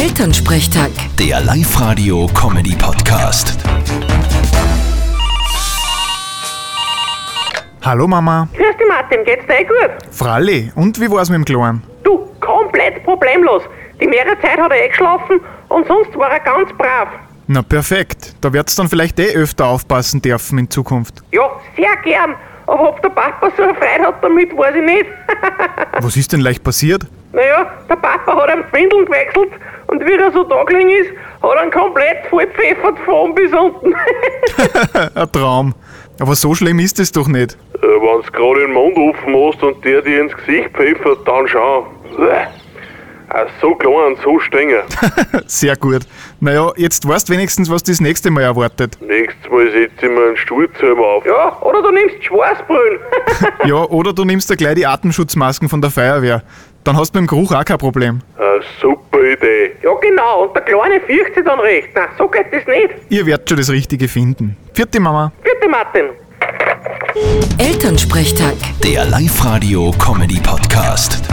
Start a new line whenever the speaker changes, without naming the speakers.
Elternsprechtag.
Der Live-Radio-Comedy-Podcast.
Hallo Mama.
Grüß dich, Martin, geht's dir eh gut?
Fralli, und wie war's mit dem Kleinen?
Du, komplett problemlos. Die meiste Zeit hat er eh geschlafen und sonst war er ganz brav.
Na perfekt, da wird's dann vielleicht eh öfter aufpassen dürfen in Zukunft.
Ja, sehr gern. Aber ob der Papa so eine Freude hat damit, weiß ich nicht.
Was ist denn leicht passiert?
naja, der Papa hat ihm die Windeln gewechselt und wie er so tagling ist, hat er ihn komplett vollpfeffert von oben bis unten.
Ein Traum. Aber so schlimm ist es doch nicht.
Äh, Wenn du gerade den Mund offen hast und der dir ins Gesicht pfeffert, dann schau. Uah. Äh, So klein, so stänger.
Sehr gut. Naja, jetzt weißt wenigstens, was das nächste Mal erwartet.
Nächstes Mal setze ich mir einen Stuhl zusammen auf.
ja, oder du nimmst Schwarzbrüllen.
Ja, oder du nimmst dir gleich die Atemschutzmasken von der Feuerwehr. Dann hast du mit dem Geruch auch kein Problem.
Äh, super Idee.
ja, genau, und der Kleine fürchtet sich dann recht. Na, so geht das nicht.
Ihr werdet schon das Richtige finden. Vierte Mama.
Bitte, Martin.
Elternsprechtag.
Der Live-Radio-Comedy-Podcast.